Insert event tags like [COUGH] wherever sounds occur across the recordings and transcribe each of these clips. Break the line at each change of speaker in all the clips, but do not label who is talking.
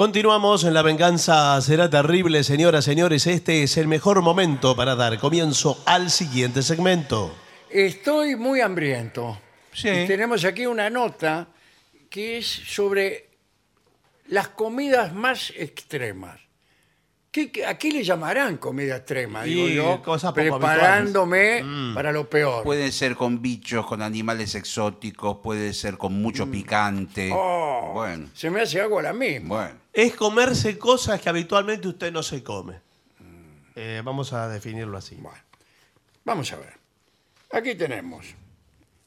Continuamos en La Venganza Será Terrible, señoras, señores. Este es el mejor momento para dar comienzo al siguiente segmento.
Estoy muy hambriento.
Sí.
Y tenemos aquí una nota que es sobre las comidas más extremas. ¿Qué, qué- a qué le llamarán comida extrema? Digo
Y
yo,
cosas poco Mm.
preparándome para lo peor.
Puede ser con bichos, con animales exóticos, puede ser con mucho
Mm.
picante.
Oh,
Bueno,
Se me hace agua la misma.
bueno.
Es comerse cosas que habitualmente usted no se come. Eh, vamos a definirlo así.
Bueno, vamos a ver. Aquí tenemos.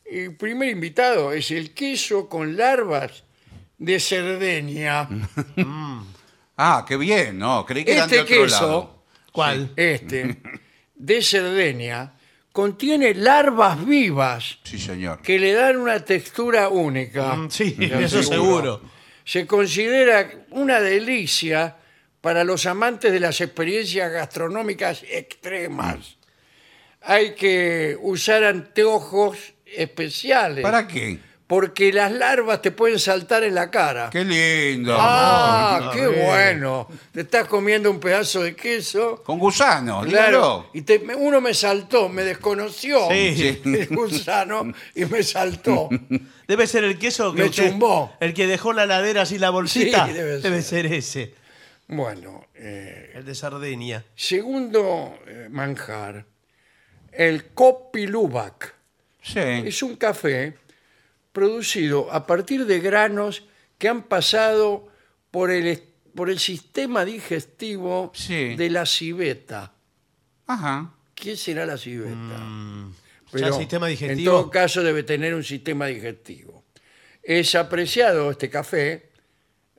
El primer invitado es el queso con larvas de Cerdeña.
Ah, qué bien, no, creí que eran de
Este
otro lado.
queso,
¿Cuál? Mm,
este, de Cerdeña, contiene larvas vivas
Sí, señor.
que le dan una textura única.
Mm, Sí,
Ya
eso seguro.
Se considera una delicia para los amantes de las experiencias gastronómicas extremas. Hay que usar anteojos especiales
¿Para qué?
porque las larvas te pueden saltar en la cara.
Qué lindo.
¡Ah, qué
bien.
bueno! Te estás comiendo un pedazo de queso.
Con gusanos,
Ah, Claro.
claro.
Y te- me- uno me saltó, me desconoció
Sí.
[LAUGHS] el gusano y me saltó.
Debe ser el queso que
Me
usted-
chumbó.
El que dejó la ladera así la bolsita.
Sí, debe
debe,
ser.
ser ese.
Bueno, eh,
El de Sardenia.
Segundo eh, manjar, el Kopi Luwak.
Sí.
Es un café producido a partir de granos que han pasado por el, est- por el sistema digestivo
Sí.
de la civeta.
Ajá.
¿Qué será la civeta?
Mm, Ya el sistema
En
digestivo.
todo caso debe tener un sistema digestivo. Es apreciado este café,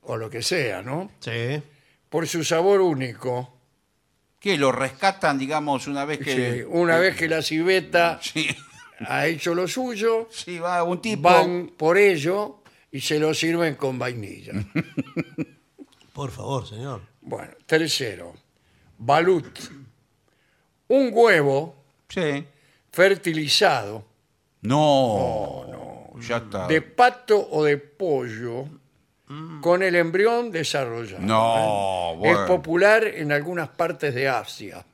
o lo que sea, ¿no?
Sí.
Por su sabor único.
Que lo rescatan, digamos, una vez
Sí,
que.
una vez que la civeta
Sí. [LAUGHS]
ha hecho lo suyo,
Sí, va un tipo.
van por ello y se lo sirven
[LAUGHS]
con vainilla.
Por favor, señor.
Bueno, tercero, balut. Un huevo
Sí.
fertilizado
No. no. Ya está.
de pato o de pollo con el embrión desarrollado. ¿eh?
No,
Es
bueno.
popular en algunas partes de Asia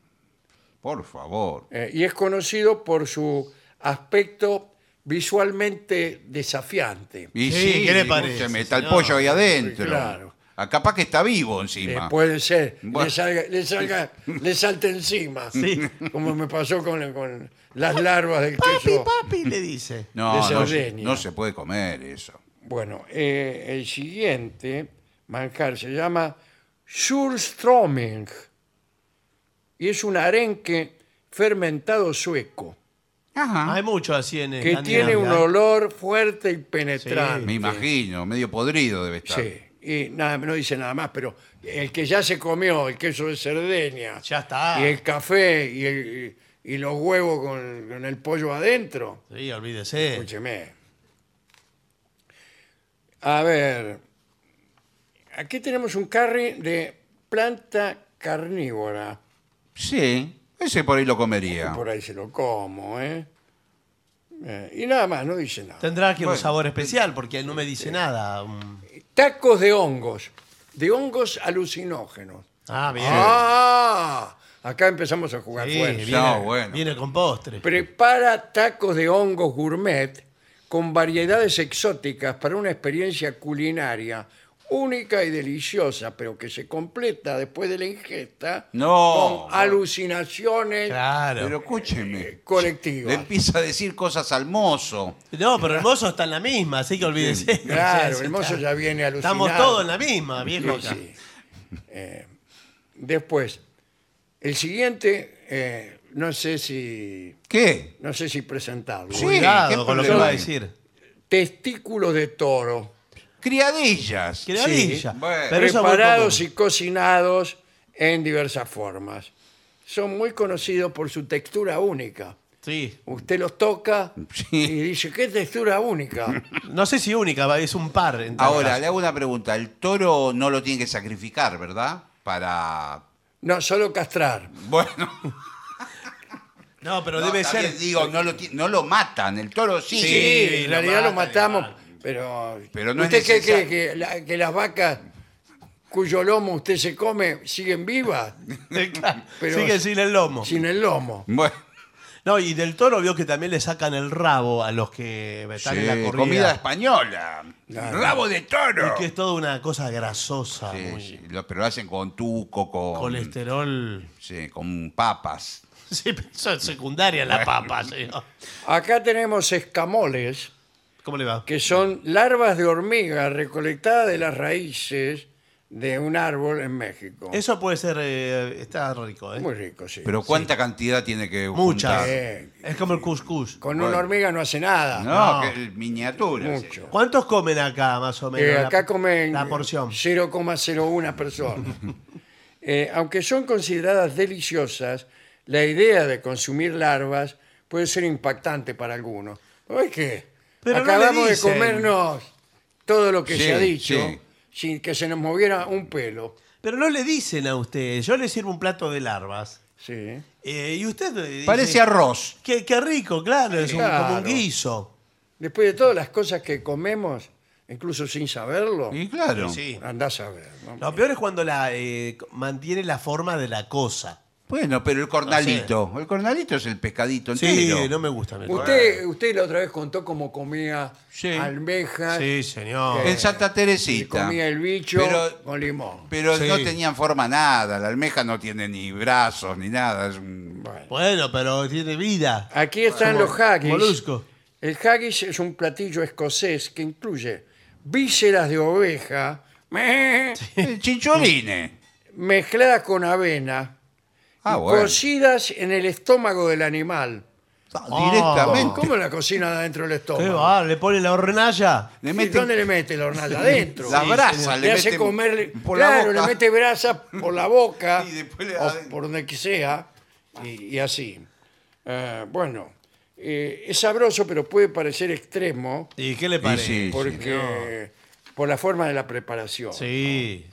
Por favor.
eh, y es conocido por su aspecto visualmente desafiante.
Y
Sí,
sí,
¿qué le
no
parece,
Se meta el
señor?
pollo ahí adentro.
Sí, claro.
Ah, capaz que está vivo
Eh,
encima.
puede ser,
Bueno.
le, salga, le,
[LAUGHS]
salga- le salte encima,
Sí.
como me pasó con, con las larvas del
Papi,
queso.
papi, le dice.
no, no, se-
desordenia.
no se puede comer eso.
Bueno, eh, el siguiente manjar se llama Surströmming y es un arenque fermentado sueco
Ajá.
Hay mucho así en
que tiene un olor fuerte y penetrante.
Me imagino, medio podrido debe estar.
Sí, y nada, no dice nada más, pero el que ya se comió el queso de Cerdeña.
Ya está.
y el café y, el- y los huevos con, con el pollo adentro.
Sí, olvídese.
Escúcheme. A ver, aquí tenemos un curry de planta carnívora.
Sí, ese por ahí lo
Ah.
comería.
Por ahí se lo como, ¿eh? Eh, y nada más, no dice nada.
Tendrá que un
Bueno.
sabor especial porque no me dice nada. Mm.
Tacos de hongos, de hongos alucinógenos.
Ah, bien.
¡Ah! Acá empezamos a jugar
Sí,
fuerte.
viene,
No, bueno.
viene con postre.
Prepara tacos de hongos gourmet con variedades exóticas para una experiencia culinaria única y deliciosa, pero que se completa después de la ingesta
No.
con alucinaciones
Claro.
Pero
Eh,
escúcheme. Le
colectivas.
empieza a decir cosas al mozo.
No, pero el mozo está en la misma, así que olvídese.
Claro,
[LAUGHS] O sea,
el mozo
está-
ya viene alucinado.
Estamos todos en la misma, viejo.
Sí, sí. Eh, después, el siguiente, eh, no sé si
¿Qué?
no sé si presentarlo.
Sí. ¿qué
Cuidado con lo que
problema
va a
hay?
decir.
Testículos de toro.
Criadillas.
Criadilla.
Sí, bueno.
Pero eso es muy
preparados
común.
y cocinados en diversas formas. Son muy conocidos por su textura única.
Sí.
Usted los toca
Sí.
y dice, ¿qué textura
[LAUGHS]
única?
No sé si única, va, es un par. en todo
Ahora,
caso.
le hago una pregunta. El toro no lo tiene que sacrificar, ¿verdad? Para.
No, solo castrar.
Bueno,
no, pero
no,
debe
está
ser. [LAUGHS]
bien, digo, no lo, ti- no lo matan. El toro sí.
Sí,
Sí,
en
lo
realidad lo
matan,
matamos, pero...
Pero no es
¿Usted qué
necesario.
cree que, la- que las vacas cuyo lomo usted se come siguen vivas, Pero-
Sigue sin el lomo.
sin el lomo.
Bueno,
No, y del toro vio que también le sacan el rabo a los que están en la
sí,
corrida.
comida española.
Claro.
Rabo de toro.
Y que es toda una cosa grasosa,
Sí,
muy-
sí, lo- pero lo hacen con tuco, con,
este- colesterol. [LAUGHS]
sí, con papas.
Sí, pero eso es secundaria la papa, señor.
Acá tenemos escamoles,
¿Cómo le va?
que son larvas de hormiga recolectadas de las raíces de un árbol en México.
Eso puede ser, eh, está rico, ¿eh?
Muy rico, sí.
Pero cuánta cantidad tiene que
Muchas.
juntar?
Eh,
Es como el couscous.
Con
Bueno.
una hormiga no hace nada.
No.
No, que es miniatura. sí.
Mucho.
¿Cuántos comen acá, más o menos?
Eh,
la-
acá comen
La porción. [LAUGHS]
0,01 personas. Eh, aunque son consideradas deliciosas, la idea de consumir larvas puede ser impactante para algunos. ¿Por qué?
Pero no le
Acabamos de
dicen.
comernos todo lo que
Sí,
se ha dicho
sí.
sin que se nos moviera un pelo.
Pero no le dicen a usted, yo le sirvo un plato de larvas.
Sí.
eh, y usted le dice,
Parece arroz.
Qué, qué rico, claro, es un-
Claro.
como un guiso.
Después de todas las cosas que comemos, incluso sin saberlo,
Y claro.
Sí.
andás a ver. ¿no?
Lo peor es cuando la eh, mantiene la forma de la cosa.
Bueno, pero el cornalito. El cornalito es el pescadito entero.
Sí, no me gusta. me-
Usted, usted la otra vez contó cómo comía
Sí.
almejas.
Sí, señor.
En Santa
Y
Teresita.
comía el bicho
Pero,
con limón.
pero
Sí.
no tenían forma nada. La almeja no tiene ni brazos ni nada. Es un-
Bueno.
Bueno, pero tiene vida.
Aquí están los haggis.
Molusco.
El haggis es un platillo escocés que incluye vísceras de oveja meh,
Eh, Chinchorines.
mezcladas con avena
Ah,
y
bueno.
cocidas en el estómago del animal.
Ah, Directamente.
¿Cómo la cocina adentro del
¿Qué
estómago?
va? ¿Le pone la hornalla?
Le
¿Y
meten
¿Dónde le mete la
[LAUGHS]
hornalla? Adentro.
las brasas.
Le,
le
hace
meten
comer,
por la
claro,
boca.
le mete brasa por la boca
[LAUGHS] Y después le
o
da-
por donde que sea y, y así. Eh, bueno, eh, es sabroso, pero puede parecer extremo
¿Y qué le
Y
parece?
sí,
porque por la forma de la preparación.
Sí.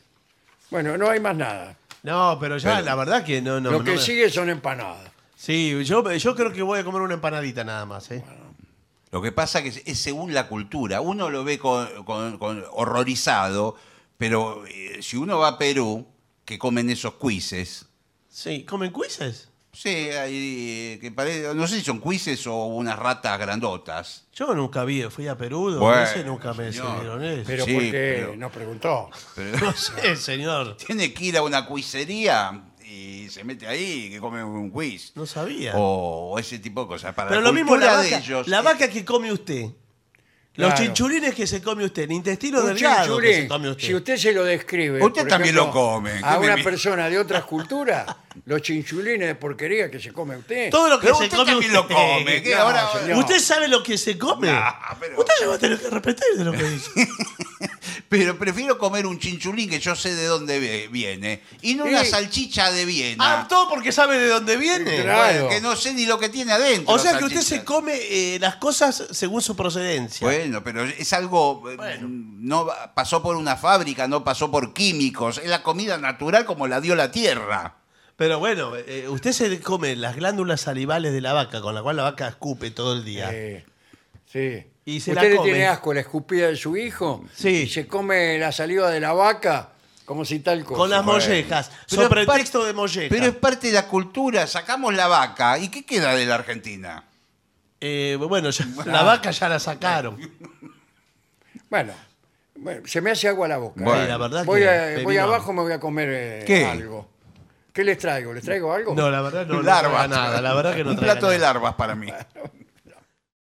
Bueno, no hay más nada.
No, pero ya
Pero-
la verdad que no, no.
Lo
no
que
me-
sigue son empanadas.
Sí, yo, yo creo que voy a comer una empanadita nada más, ¿eh?
Lo que pasa que es, es según la cultura. Uno lo ve con, con- con- horrorizado, pero eh, si uno va a Perú, que comen esos cuises,
Sí, ¿comen cuises?
sí, hay, eh, que pare- no sé si son cuises o unas ratas grandotas. [LAUGHS]
Yo nunca vi, fui a Perú, dos
Bueno,
veces, nunca me
señor.
sirvieron eso.
Pero
Sí,
porque
pero-
nos preguntó.
[LAUGHS]
Pero
Sí, señor.
tiene que ir a una cuisería y se mete ahí que come un cuis.
No sabía.
O, o ese tipo de cosas. Para
Pero
Oh, la
lo mismo
cultura
la
de
vaca,
ellos. eh.
la vaca que come usted. Los
Claro.
chinchulines que se come usted, el intestino
Un
delgado
chinchulín,
que se come usted.
Si usted se lo describe.
Usted
por
también lo come, ¿qué
A
me
una
mira?
persona de otras culturas, los chinchulines de porquería que se come usted.
Todo lo que
Pero
se
usted
come
también
usted. [LAUGHS]
lo come. ¿qué?
No,
Ahora,
señor.
¿Usted sabe lo que se come?
No, pero-
Usted se va a tener que respetar de lo que
[LAUGHS]
dice.
Pero prefiero comer un chinchulín que yo sé de dónde ve- viene y no una
Sí.
salchicha de Viena.
ah, todo porque sabe de dónde viene.
Claro.
Que no sé ni lo que tiene adentro.
O sea
la
que usted se
salchicha.
come eh, las cosas según su procedencia.
Bueno, pero es algo. eh, No va- pasó por una fábrica, no pasó por químicos. Es la comida natural como la dio la tierra.
Pero bueno, eh, usted se come las glándulas salivales de la vaca, con la cual la vaca escupe todo el día.
Eh, sí.
Y se la
¿Usted le
come.
tiene asco a la escupida de su hijo?
Sí.
Y se come la saliva de la vaca como si tal cosa.
con las
bueno.
mollejas.
Pero
sobre
par-
texto de mollejas.
Pero es parte de la cultura. Sacamos la vaca. ¿Y qué queda de la Argentina?
Eh, bueno,
[LAUGHS]
ya- la vaca ya la sacaron.
Bueno, bueno, se me hace agua la boca.
Bueno.
Eh, la verdad
voy,
que
a- voy
pepino.
abajo, me voy a comer eh,
¿Qué?
algo. ¿Qué les traigo? ¿Les traigo algo?
No, la verdad no, no traiga
larvas.
nada. La verdad que no
Un
traiga
plato de
nada. [LAUGHS]
larvas para mí.